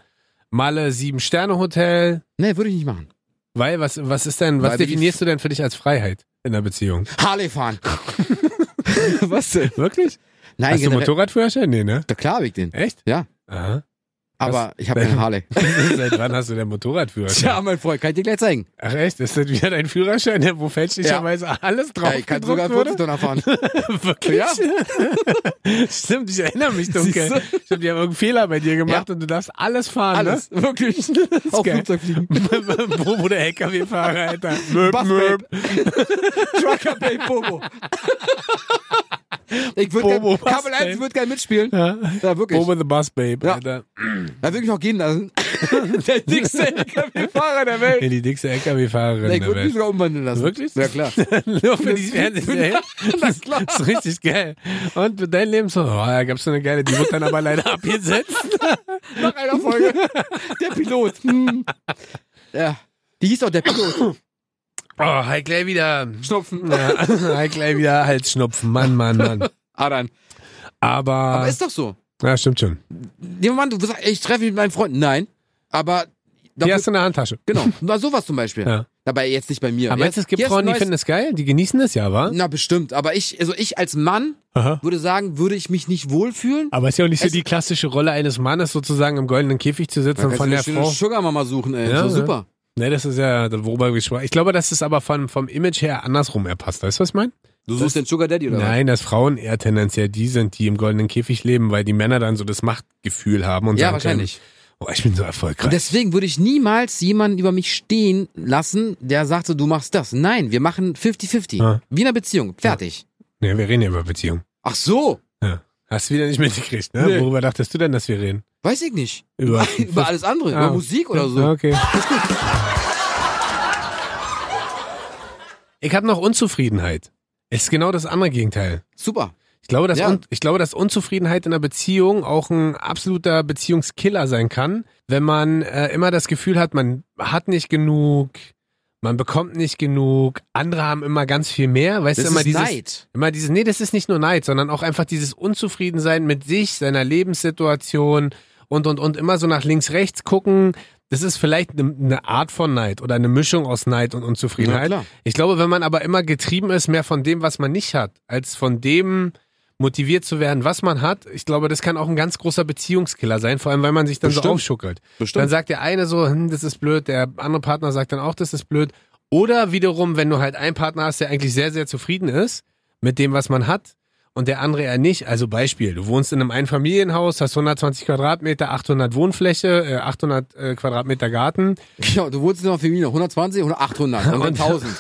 A: Malle Sieben Sterne Hotel.
B: Nee, würde ich nicht machen.
A: Weil was was ist denn, was
B: Weil wir die
A: definierst du denn für dich als Freiheit in der Beziehung? <laughs>
B: Harley fahren. Was denn?
A: Wirklich?
B: Nein,
A: Hast du
B: generell-
A: Motorradführerschein? Nee, ne?
B: Da klar hab ich den.
A: Echt?
B: Ja.
A: Aha.
B: Aber ich habe keine Harley.
A: <laughs> Seit wann hast du denn
B: <laughs>
A: Motorradführerschein?
B: Tja, mein Freund, kann ich dir gleich zeigen.
A: Ach echt, ist das wieder dein Führerschein, der wo fälschlicherweise alles drauf
B: Ja, ich kann sogar
A: gedruckt
B: einen
A: wurde?
B: Fototonner fahren. <laughs>
A: Wirklich?
B: Ja.
A: <laughs> Stimmt, ich erinnere mich, Dunkel.
B: Siehste?
A: Stimmt, die haben irgendeinen Fehler bei dir gemacht und du darfst alles fahren,
B: Alles, wirklich. Auch
A: geil.
B: Flugzeug fliegen.
A: ne? <laughs> wo, wo der LKW-Fahrer, Alter. Möb,
B: <laughs> Bus
A: möb.
B: Trucker Babe <laughs> Bobo. Ich würde
A: Bobo
B: gern,
A: Bus
B: Kabel 1
A: Babe.
B: würde gerne mitspielen.
A: Ja.
B: Ja, wirklich.
A: Bobo the Bus Babe,
B: Ja.
A: Alter.
B: Da würde ich noch
A: <laughs>
B: gehen lassen. der dickste LKW-Fahrer der Welt.
A: Nee, die dickste LKW-Fahrerin
B: Ich
A: der
B: würde mich
A: Welt.
B: sogar umwandeln lassen.
A: Wirklich?
B: Ja, klar.
A: Nur für die Fernsehserie.
B: <laughs> Na klar.
A: Das ist richtig geil. Und für dein Leben so, oh, da gab's so eine geile, die wurde dann aber
B: <laughs>
A: leider abgesetzt.
B: Nach einer Folge.
A: <laughs>
B: Der Pilot. Hm. Ja. Die hieß doch
A: <coughs>
B: der Pilot.
A: Oh, halt gleich wieder.
B: Schnupfen.
A: Ja, <laughs> halt gleich wieder Halsschnupfen. Mann, Mann, Mann.
B: Adern.
A: Aber.
B: Aber ist doch so.
A: ja, stimmt schon.
B: Nehmen wir mal, an, du sagst, ich treffe mich mit meinen Freunden. Nein. Aber.
A: Die
B: dafür-
A: hast du in der Handtasche.
B: Genau. Na, sowas zum Beispiel.
A: Ja.
B: Dabei jetzt nicht bei mir.
A: Aber meinst du, es gibt
B: Jetzt- jetzt
A: Frauen, die
B: neues-
A: finden es geil? Die genießen es ja, wa?
B: Na, bestimmt. Aber ich, also ich als Mann
A: Aha.
B: würde sagen, würde ich mich nicht wohlfühlen.
A: Aber es ist ja auch nicht so
B: Es-
A: die klassische Rolle eines Mannes, sozusagen im goldenen Käfig zu sitzen und also von der Frau.
B: Sugar Mama suchen, ey.
A: Ja,
B: Ja, so
A: ne?
B: super.
A: Ne, das ist ja, worüber wir sprachen. Ich glaube, das ist aber von, vom Image her andersrum erpasst. Weißt du, was ich meine?
B: Du suchst den Sugar Daddy oder
A: Nein, dass Frauen eher tendenziell die sind, die im goldenen Käfig leben, weil die Männer dann so das Machtgefühl haben und
B: was? Ja,
A: sagen
B: wahrscheinlich.
A: Können, oh, ich bin so
B: Und
A: erfolgreich.
B: deswegen würde ich niemals jemanden über mich stehen lassen, der sagte, du machst das. Nein, wir machen 50-50.
A: Ja.
B: Wie in einer Beziehung. Fertig.
A: ne, wir reden ja über Beziehung.
B: Ach so.
A: Ja. Hast du wieder nicht mitgekriegt, ne?
B: Nee.
A: Worüber dachtest du denn, dass wir reden?
B: Weiß ich nicht. <laughs>
A: Über,
B: Über alles andere.
A: Ah.
B: Über Musik oder so.
A: Ja, okay. Ich habe noch Unzufriedenheit. Ist genau das andere Gegenteil.
B: Super.
A: Ich glaube, dass
B: Ja.
A: Un ich glaube, dass Unzufriedenheit in einer Beziehung auch ein absoluter Beziehungskiller sein kann, wenn man äh, immer das Gefühl hat, man hat nicht genug, man bekommt nicht genug, andere haben immer ganz viel mehr, weißt
B: Das
A: du immer
B: ist
A: dieses
B: Neid.
A: Immer dieses, nee, das ist nicht nur Neid, sondern auch einfach dieses Unzufriedensein mit sich, seiner Lebenssituation und, und, und immer so nach links, rechts gucken. Das ist vielleicht eine, eine Art von Neid oder eine Mischung aus Neid und
B: Ja,
A: Unzufriedenheit.
B: klar.
A: ich glaube, wenn man aber immer getrieben ist, mehr von dem, was man nicht hat, als von dem motiviert zu werden, was man hat, ich glaube, das kann auch ein ganz großer Beziehungskiller sein, vor allem, weil man sich dann so
B: Bestimmt.
A: aufschuckelt. Dann
B: Bestimmt.
A: sagt der eine so, hm, das ist blöd, der andere Partner sagt dann auch, das ist blöd. Oder wiederum, wenn du halt einen Partner hast, der eigentlich sehr, sehr zufrieden ist mit dem, was man hat und der andere eher nicht. Also Beispiel, du wohnst in einem Einfamilienhaus, hast 120 Quadratmeter, 800 Wohnfläche, äh, 800 äh, Quadratmeter Garten.
B: Ja, Genau, du wurdest in der Familie 120 oder 800 und dann
A: Und-
B: 1000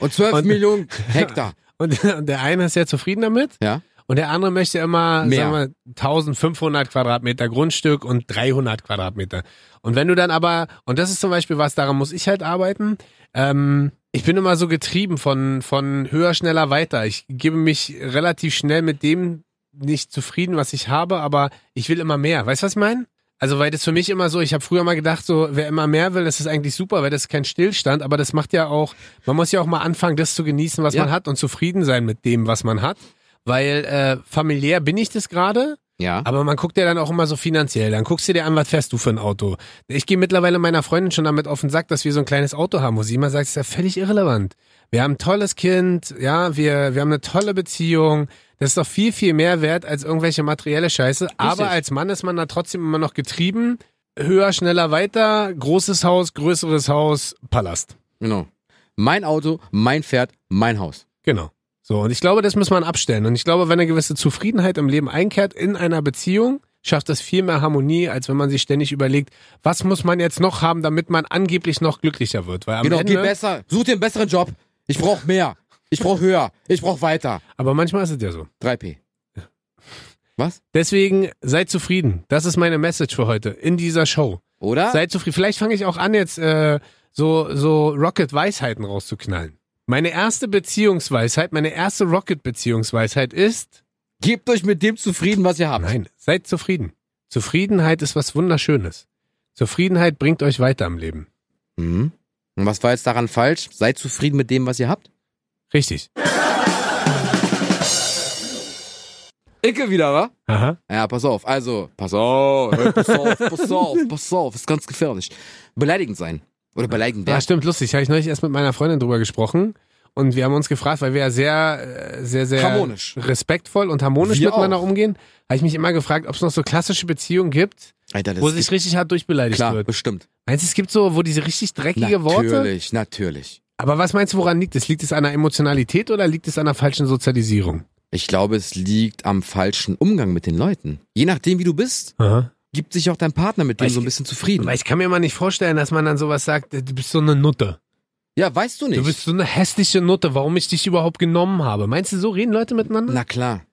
B: und 12 Millionen Hektar.
A: Und, <laughs> und der eine ist sehr zufrieden damit
B: Ja.
A: und der andere möchte immer,
B: Mehr.
A: sagen wir, 1500 Quadratmeter Grundstück und 300 Quadratmeter. Und wenn du dann aber, und das ist zum Beispiel was, daran muss ich halt arbeiten, ähm, ich bin immer so getrieben von, von höher, schneller, weiter. Ich gebe mich relativ schnell mit dem nicht zufrieden, was ich habe, aber ich will immer mehr. Weißt du, was ich meine? Also, weil das für mich immer so, ich habe früher mal gedacht, so, wer immer mehr will, das ist eigentlich super, weil das ist kein Stillstand, aber das macht ja auch, man muss ja auch mal anfangen, das zu genießen, was
B: Ja.
A: man hat und zufrieden sein mit dem, was man hat. Weil äh, familiär bin ich das gerade,
B: Ja.
A: aber man guckt ja dann auch immer so finanziell. Dann guckst du dir an, was fährst du für ein Auto. Ich gehe mittlerweile meiner Freundin schon damit auf den Sack, dass wir so ein kleines Auto haben, wo sie immer sagt, das ist ja völlig irrelevant. Wir haben ein tolles Kind, ja, wir, wir haben eine tolle Beziehung. Das ist doch viel, viel mehr wert als irgendwelche materielle Scheiße. Aber als Mann ist man da trotzdem immer noch getrieben. Höher, schneller, weiter, großes Haus, größeres Haus, Palast.
B: Genau. Mein Auto, mein Pferd, mein Haus.
A: Genau. So, und ich glaube, das muss man abstellen. Und ich glaube, wenn eine gewisse Zufriedenheit im Leben einkehrt in einer Beziehung, schafft das viel mehr Harmonie, als wenn man sich ständig überlegt, was muss man jetzt noch haben, damit man angeblich noch glücklicher wird. Weil am
B: Genau, geh
A: Ende,
B: besser. Such dir einen besseren Job. Ich brauche mehr. Ich brauche höher. Ich brauche weiter.
A: aber manchmal ist es ja so.
B: 3P. Was?
A: Deswegen seid zufrieden. Das ist meine Message für heute in dieser Show.
B: Oder?
A: Seid zufrieden. Vielleicht fange ich auch an, jetzt äh, so, so Rocket-Weisheiten rauszuknallen. Meine erste Beziehungsweisheit, meine erste Rocket-Beziehungsweisheit ist,
B: Gebt euch mit dem zufrieden, was ihr habt.
A: nein, seid zufrieden. Zufriedenheit ist was Wunderschönes. Zufriedenheit bringt euch weiter im Leben.
B: Mhm. Und was war jetzt daran falsch? Seid zufrieden mit dem, was ihr habt.
A: Richtig.
B: Icke wieder, wa?
A: Aha.
B: Ja, pass auf. Also, pass auf. hör, Pass auf, pass auf, pass auf. Ist ganz gefährlich. Beleidigend sein. Oder beleidigend
A: Ja,
B: werden.
A: stimmt, lustig. Habe ich neulich erst mit meiner Freundin drüber gesprochen. Und wir haben uns gefragt, weil wir ja sehr, äh, sehr, sehr
B: Harmonisch.
A: respektvoll und harmonisch
B: Wir
A: miteinander
B: auch.
A: umgehen, habe ich mich immer gefragt, ob es noch so klassische Beziehungen gibt,
B: Alter, das
A: wo
B: ist
A: sich richtig hart durchbeleidigt
B: klar,
A: wird.
B: bestimmt.
A: Meinst du, es gibt so, wo diese richtig dreckige Worte?
B: Natürlich, natürlich.
A: Aber was meinst du, woran liegt es? Liegt es an der Emotionalität oder liegt es an der falschen Sozialisierung?
B: Ich glaube, es liegt am falschen Umgang mit den Leuten. Je nachdem, wie du bist,
A: Aha.
B: gibt sich auch dein Partner mit dem
A: Weil
B: so ein
A: ich-
B: bisschen zufrieden.
A: Weil ich kann mir mal nicht vorstellen, dass man dann sowas sagt, du bist so eine Nutte.
B: ja, weißt du nicht.
A: Du bist so eine hässliche Nutte, warum ich dich überhaupt genommen habe. Meinst du, so reden Leute miteinander?
B: Na klar.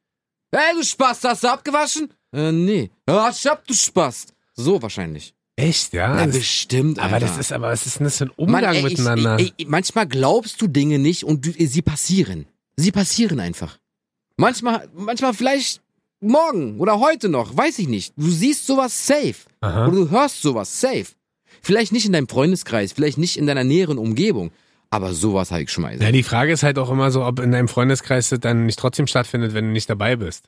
B: Hey, du Spaß, hast du abgewaschen? Äh, nee. Ah, ich hab du Spaß. So wahrscheinlich.
A: Echt, ja?
B: Na,
A: Das-
B: bestimmt,
A: Aber
B: Alter.
A: das ist, aber was ist denn das für ein
B: Mann,
A: Umgang
B: ey, äh, ich-
A: miteinander?
B: Ich, ich, manchmal glaubst du Dinge nicht und du, sie passieren. Sie passieren einfach. Manchmal, manchmal vielleicht morgen oder heute noch, weiß ich nicht. Du siehst sowas safe.
A: Aha.
B: Oder du hörst sowas safe. Vielleicht nicht in deinem Freundeskreis, vielleicht nicht in deiner näheren Umgebung. Aber sowas habe ich schon mal
A: Ja,
B: gesagt.
A: die Frage ist halt auch immer so, ob in deinem Freundeskreis das dann nicht trotzdem stattfindet, wenn du nicht dabei bist.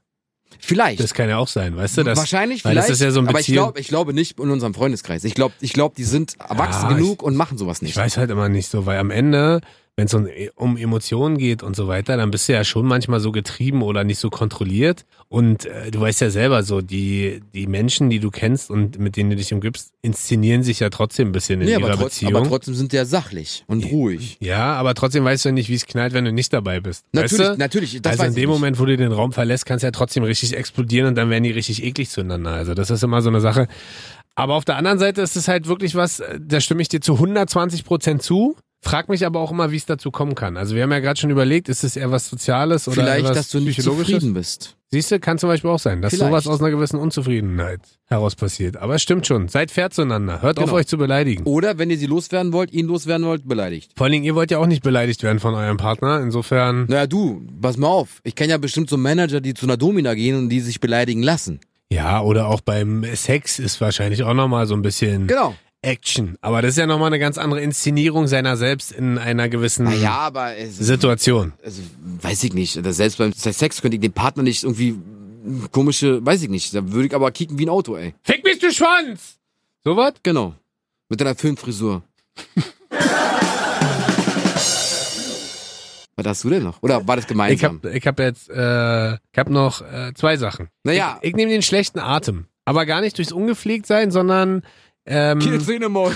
B: Vielleicht.
A: Das kann ja auch sein, weißt du? Das,
B: Wahrscheinlich,
A: weil das
B: vielleicht.
A: ist ja so ein
B: aber ich
A: Beziehung-
B: glaube, ich glaube nicht in unserem Freundeskreis. Ich glaube, ich glaube, die sind erwachsen
A: Ja,
B: genug und machen sowas
A: Ich
B: nicht.
A: weiß halt immer nicht so, weil am Ende, wenn es um, um Emotionen geht und so weiter, dann bist du ja schon manchmal so getrieben oder nicht so kontrolliert. Und äh, du weißt ja selber so, die, die Menschen, die du kennst und mit denen du dich umgibst, inszenieren sich ja trotzdem ein bisschen in
B: Nee,
A: ihrer
B: aber, trotz,
A: Beziehung.
B: aber trotzdem sind die ja sachlich und ruhig.
A: ja, aber trotzdem weißt du ja nicht, wie es knallt, wenn du nicht dabei bist.
B: Natürlich,
A: weißt du?
B: natürlich. Das
A: also
B: weiß
A: in
B: ich
A: dem
B: nicht.
A: Moment, wo du den Raum verlässt, kannst du ja trotzdem richtig explodieren und dann werden die richtig eklig zueinander. Also das ist immer so eine Sache. Aber auf der anderen Seite ist es halt wirklich was, äh, da stimme ich dir zu 120 Prozent zu. Frag mich aber auch immer, wie es dazu kommen kann. Also wir haben ja gerade schon überlegt, ist es eher was Soziales oder
B: Vielleicht,
A: etwas
B: dass du nicht
A: Psychologisches?
B: zufrieden bist.
A: Siehst du, kann zum Beispiel auch sein, dass
B: Vielleicht.
A: sowas aus einer gewissen Unzufriedenheit heraus passiert. Aber es stimmt schon, seid fair zueinander, hört auf
B: Genau.
A: euch zu beleidigen.
B: Oder wenn ihr sie loswerden wollt, ihn loswerden wollt, beleidigt.
A: Vor allen Dingen, ihr wollt ja auch nicht beleidigt werden von eurem Partner. Insofern
B: Naja, du, pass mal auf. Ich kenne ja bestimmt so Manager, die zu einer Domina gehen und die sich beleidigen lassen.
A: Ja, oder auch beim Sex ist wahrscheinlich auch nochmal so ein bisschen
B: Genau.
A: Action. Aber das ist ja nochmal eine ganz andere Inszenierung seiner selbst in einer gewissen
B: Naja, aber es,
A: Situation.
B: also, weiß ich nicht. Das Selbst beim Sex könnte ich den Partner nicht irgendwie mm, komische, weiß ich nicht. Da würde ich aber kicken wie ein Auto, ey.
A: Fick mich, du Schwanz! So was?
B: Genau. Mit
A: <laughs>
B: deiner Filmfrisur. Was hast du denn noch? Oder war das
A: Ich
B: gemeinsam?
A: hab, ich hab jetzt, äh, ich hab noch äh, zwei Sachen.
B: naja,
A: Ich nehme den schlechten Atem. Aber gar nicht durchs Ungepflegtsein, sondern ähm,
B: Zähne <laughs> Maul.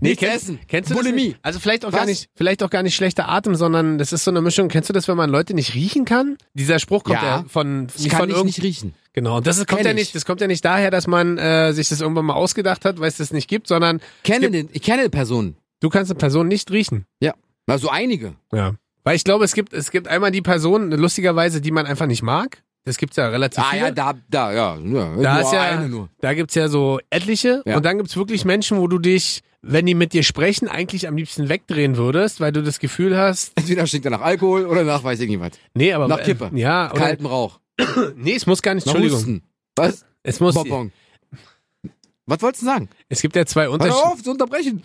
B: nichts
A: kennst-
B: essen.
A: Kennst du
B: Bulimie.
A: Das nicht? Also vielleicht auch
B: Was?
A: gar nicht, vielleicht auch gar nicht schlechter Atem, sondern das ist so eine Mischung. Kennst du das, wenn man Leute nicht riechen kann? Dieser Spruch kommt
B: Ja.
A: ja, von
B: Ich
A: nicht
B: kann
A: von
B: dich
A: irgend
B: nicht riechen.
A: Genau, und das ist, kommt
B: Kenn
A: ja
B: ich.
A: nicht, das kommt ja nicht daher, dass man äh, sich das irgendwann mal ausgedacht hat, weil es das nicht gibt, sondern
B: Kenne
A: Es
B: den, ich kenne Personen.
A: du kannst eine Person nicht riechen.
B: Also einige.
A: Ja. Weil ich glaube, es gibt, es gibt einmal die Person, lustigerweise, die man einfach nicht mag. Das gibt's ja relativ
B: Ah
A: viele.
B: ja, da, da, ja.
A: Da
B: ja nur
A: ist ja-
B: eine nur.
A: Da gibt's ja so etliche.
B: Ja.
A: Und dann gibt's wirklich Menschen, wo du dich, wenn die mit dir sprechen, eigentlich am liebsten wegdrehen würdest, weil du das Gefühl hast,
B: Entweder stinkt er nach Alkohol oder nach weiß ich nicht was.
A: nee, aber.
B: Nach Kippe.
A: Äh, ja, oder,
B: Kalten Rauch.
A: nee, es muss gar nicht,
B: Nach
A: Entschuldigung.
B: Husten. Was?
A: Es muss,
B: Bonbon. Was wolltest du sagen?
A: es gibt ja zwei
B: Hör
A: Unterschiede.
B: doch auf zu unterbrechen.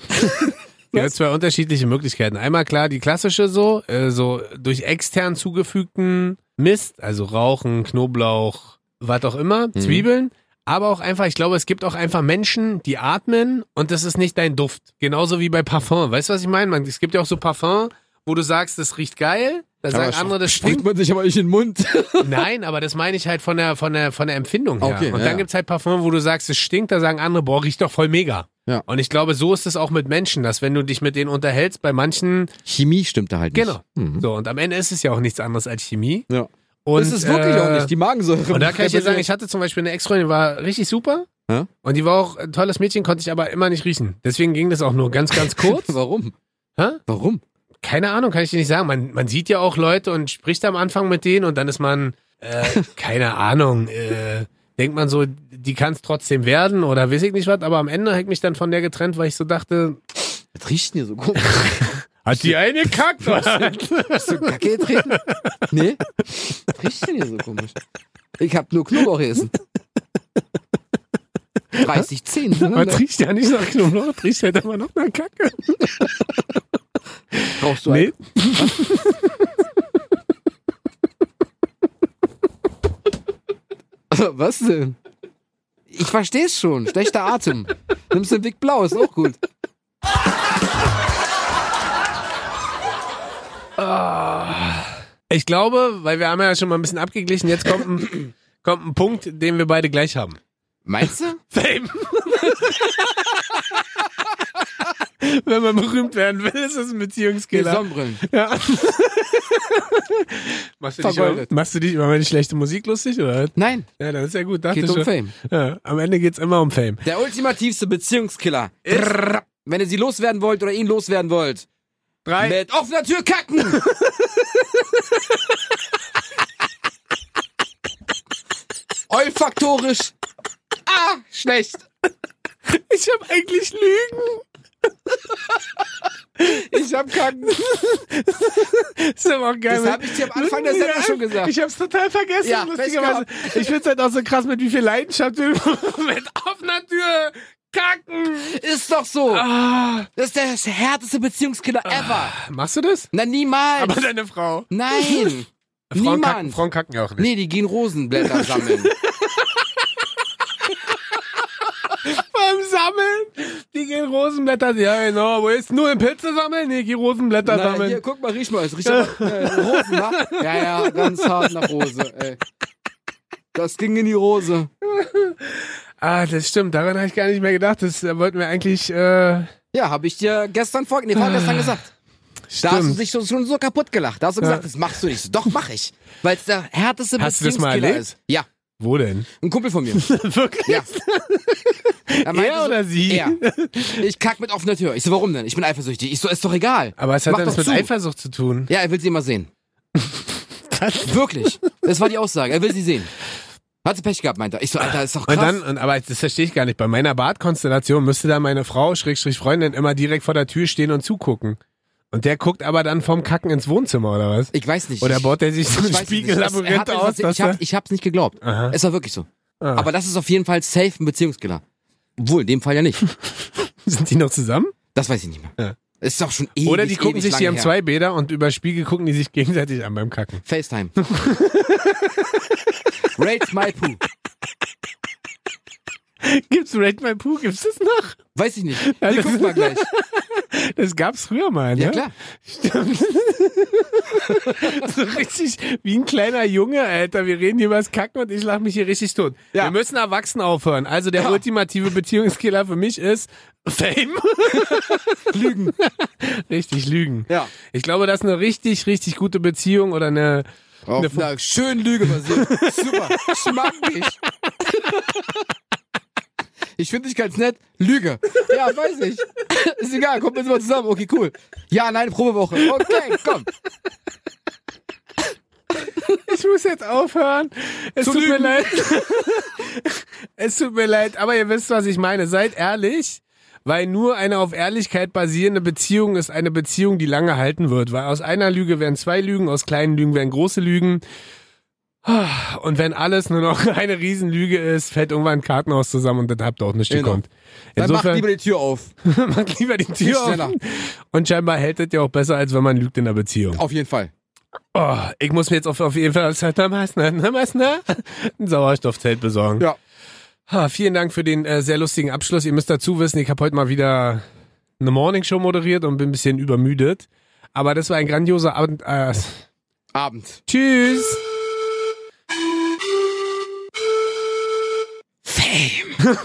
A: Ja, zwei unterschiedliche Möglichkeiten. Einmal klar die klassische so, äh, so durch extern zugefügten Mist, also Rauchen, Knoblauch, was auch immer, Zwiebeln. Aber auch einfach, ich glaube, es gibt auch einfach Menschen, die atmen und das ist nicht dein Duft. Genauso wie bei Parfum. Weißt du, was ich meine? Man, es gibt ja auch so Parfum, wo du sagst, das riecht geil. Da sagen andere, das stinkt.
B: man sich aber nicht in den Mund.
A: Nein, aber das meine ich halt von der, von der, von der Empfindung her.
B: Okay,
A: und
B: ja,
A: dann
B: ja.
A: gibt's halt Parfum, wo du sagst, es stinkt, da sagen andere, boah, riecht doch voll mega.
B: Ja.
A: Und ich glaube, so ist es auch mit Menschen, dass wenn du dich mit denen unterhältst, bei manchen,
B: <laughs> Chemie stimmt da halt nicht.
A: genau.
B: Mhm.
A: So, und am Ende ist es ja auch nichts anderes als Chemie.
B: Ja.
A: Und,
B: ist es wirklich
A: äh,
B: auch nicht, die Magensäure.
A: Und da
B: <laughs>
A: kann ich dir sagen, ich hatte zum Beispiel eine Ex-Freundin, die war richtig super.
B: Ja?
A: Und die war auch ein tolles Mädchen, konnte ich aber immer nicht riechen. Deswegen ging das auch nur ganz, ganz
B: <laughs>
A: kurz.
B: Warum?
A: Hä?
B: Warum?
A: Keine Ahnung, kann ich dir nicht sagen. Man, man sieht ja auch Leute und spricht am Anfang mit denen und dann ist man, <laughs> äh, keine Ahnung, äh, denkt man so, die kann es trotzdem werden oder weiß ich nicht was. Aber am Ende hat mich dann von der getrennt, weil ich so dachte,
B: Das riecht denn hier so komisch.
A: hat die eine gekackt? <laughs>
B: Hast du Kacke getreten? Nee? Was riecht denn hier so komisch? Ich hab nur Knoblauch gegessen. 30, 10.
A: Man riecht ja nicht nach Knoblauch, das riecht halt immer noch nach Kacke.
B: Brauchst du einen? Was denn? Ich versteh's schon. Schlechter Atem. Nimmst den Weg Blau, ist auch gut.
A: Ich glaube, weil wir haben ja schon mal ein bisschen abgeglichen, jetzt kommt ein, kommt ein Punkt, den wir beide gleich haben.
B: Meinst du?
A: Fame. <laughs> Wenn man berühmt werden will, ist es ein
B: Die
A: Beziehungskiller.
B: Sonnenbrillen.
A: Ja. machst, du dich über,
B: Vergoldet.
A: machst du dich über meine schlechte Musik lustig, oder?
B: Nein,
A: Ja, das ist ja gut. Dachte
B: geht um
A: schon.
B: Fame.
A: Ja, am Ende geht's immer um Fame.
B: Der ultimativste Beziehungskiller ist, wenn ihr sie loswerden wollt oder ihn loswerden wollt,
A: Drei.
B: mit offener Tür kacken! <laughs> Olfaktorisch. Ah, schlecht.
A: Ich habe eigentlich Lügen.
B: Ich hab kacken.
A: Das ist aber auch geil.
B: Das hab ich dir am Anfang der Sendung schon gesagt.
A: Ich hab's total vergessen,
B: Ja,
A: lustigerweise. Ich find's halt auch so krass, mit wie viel Leidenschaft <laughs> du mit offener Tür kacken.
B: Ist doch so.
A: Ah,
B: Das ist der härteste Beziehungskiller ever.
A: machst du das?
B: Na, niemals.
A: Aber deine Frau.
B: Nein.
A: <laughs> Frauen
B: Niemand.
A: kacken, Frauen kacken ja auch nicht.
B: Nee, die gehen Rosenblätter
A: <laughs>
B: sammeln.
A: Beim Sammeln, die gehen Rosenblätter. Ja, genau. Wo jetzt nur im Pilze sammeln? Nee, geh Rosenblätter
B: Na,
A: sammeln.
B: hier, guck mal, riech mal. Es riecht nach äh, Rosen, wa? Ja, ja, ganz hart nach Rose, ey. Das ging in die Rose.
A: Ah, das stimmt. Daran habe ich gar nicht mehr gedacht. Das äh, wollten wir eigentlich. Äh,
B: Ja, habe ich dir gestern vor,
A: <sighs>
B: nee, vorgestern gesagt. Da hast du
A: stimmt.
B: dich schon, schon so kaputt gelacht. Da hast du
A: Ja.
B: gesagt, das machst du nicht. So, Doch, mach ich. Weil es der härteste
A: Hast du das mal
B: Beziehungskiller
A: erlebt?
B: ist. Ja,
A: Wo denn?
B: ein Kumpel von
A: <laughs>
B: mir.
A: Wirklich?
B: Ja. Er meinte
A: Er oder sie?
B: Also Er. Ich kack mit offener Tür. Ich so, warum denn? Ich bin eifersüchtig. Ich so, ist doch egal.
A: Aber es hat
B: Mach
A: dann
B: doch
A: was mit
B: zu.
A: Eifersucht zu tun.
B: Ja, er will sie immer sehen. Wirklich. Das war die Aussage. Er will sie sehen. Hat sie Pech gehabt, meinte er. Ich so, Alter, ist doch krass.
A: Und dann, und, aber das verstehe ich gar nicht. Bei meiner Bartkonstellation müsste dann meine Frau, Schrägstrich Freundin, immer direkt vor der Tür stehen und zugucken. Und der guckt aber dann vom Kacken ins Wohnzimmer oder was?
B: ich weiß nicht.
A: Oder baut er sich <laughs> so
B: Ich
A: ein
B: weiß es nicht. Es- er hat
A: Spiegellabyrinth
B: etwas-
A: aus? Dass
B: Ich, hab,
A: er,
B: ich hab's nicht geglaubt.
A: Aha.
B: Es war wirklich so.
A: Ah.
B: Aber das ist auf jeden Fall safe ein Beziehungskiller. Obwohl, in dem Fall
A: <laughs>
B: ja nicht.
A: sind die noch zusammen?
B: Das weiß ich nicht mehr.
A: Ja.
B: Ist doch schon ewig,
A: Oder die gucken
B: ewig
A: sich, die
B: lange
A: haben
B: her.
A: zwei Bäder und über Spiegel gucken die sich gegenseitig an beim
B: <laughs>
A: Kacken. <laughs>
B: FaceTime. Rate my poo.
A: Gibt's Rate My Poo? Gibt's das noch?
B: Weiß ich nicht.
A: Ja,
B: Wir
A: das-
B: gucken mal gleich.
A: Das gab's früher mal, ne?
B: Ja, klar.
A: Stimmt. <laughs> so richtig wie ein kleiner Junge, Alter. Wir reden hier über das Kacken und ich lache mich hier richtig tot.
B: Ja.
A: Wir müssen erwachsen aufhören. Also der
B: Ja.
A: ultimative Beziehungskiller für mich ist Fame.
B: <laughs> Lügen.
A: <laughs> richtig lügen.
B: Ja.
A: Ich glaube, das ist eine richtig, richtig gute Beziehung oder eine...
B: Auf
A: Eine
B: einer schönen Lüge basiert.
A: <laughs>
B: Super. Ich mag dich. Ich finde dich ganz nett. Lüge. Ja, weiß ich. Ist egal. Kommt jetzt mal zusammen. Okay, cool. Ja, nein, Probewoche. Okay, komm.
A: Ich muss jetzt aufhören. Es
B: Zu
A: tut mir
B: lügen.
A: leid. <laughs> es tut mir leid, aber ihr wisst, was ich meine. Seid ehrlich, weil nur eine auf Ehrlichkeit basierende Beziehung ist eine Beziehung, die lange halten wird. Weil aus einer Lüge werden zwei Lügen, aus kleinen Lügen werden große Lügen. Und wenn alles nur noch <laughs> eine Riesenlüge ist, fällt irgendwann ein Kartenhaus zusammen und dann habt ihr auch nichts
B: Genau.
A: gekonnt.
B: Dann mach
A: Insofern
B: lieber die Tür auf.
A: <laughs> macht lieber die
B: Viel
A: Tür
B: schneller.
A: offen. Und scheinbar hält das ja auch besser, als wenn man lügt in der Beziehung.
B: Auf jeden Fall.
A: Oh, ich muss mir jetzt auf, auf jeden Fall als ne? Herr Meißner, Herr Meißner, ein Sauerstoffzelt besorgen.
B: Ja.
A: Ha, vielen Dank für den äh, sehr lustigen Abschluss. Ihr müsst dazu wissen, ich habe heute mal wieder eine Morningshow moderiert und bin ein bisschen übermüdet. Aber das war ein grandioser Abend. Äh,
B: Abend.
A: tschüss!
B: Fame.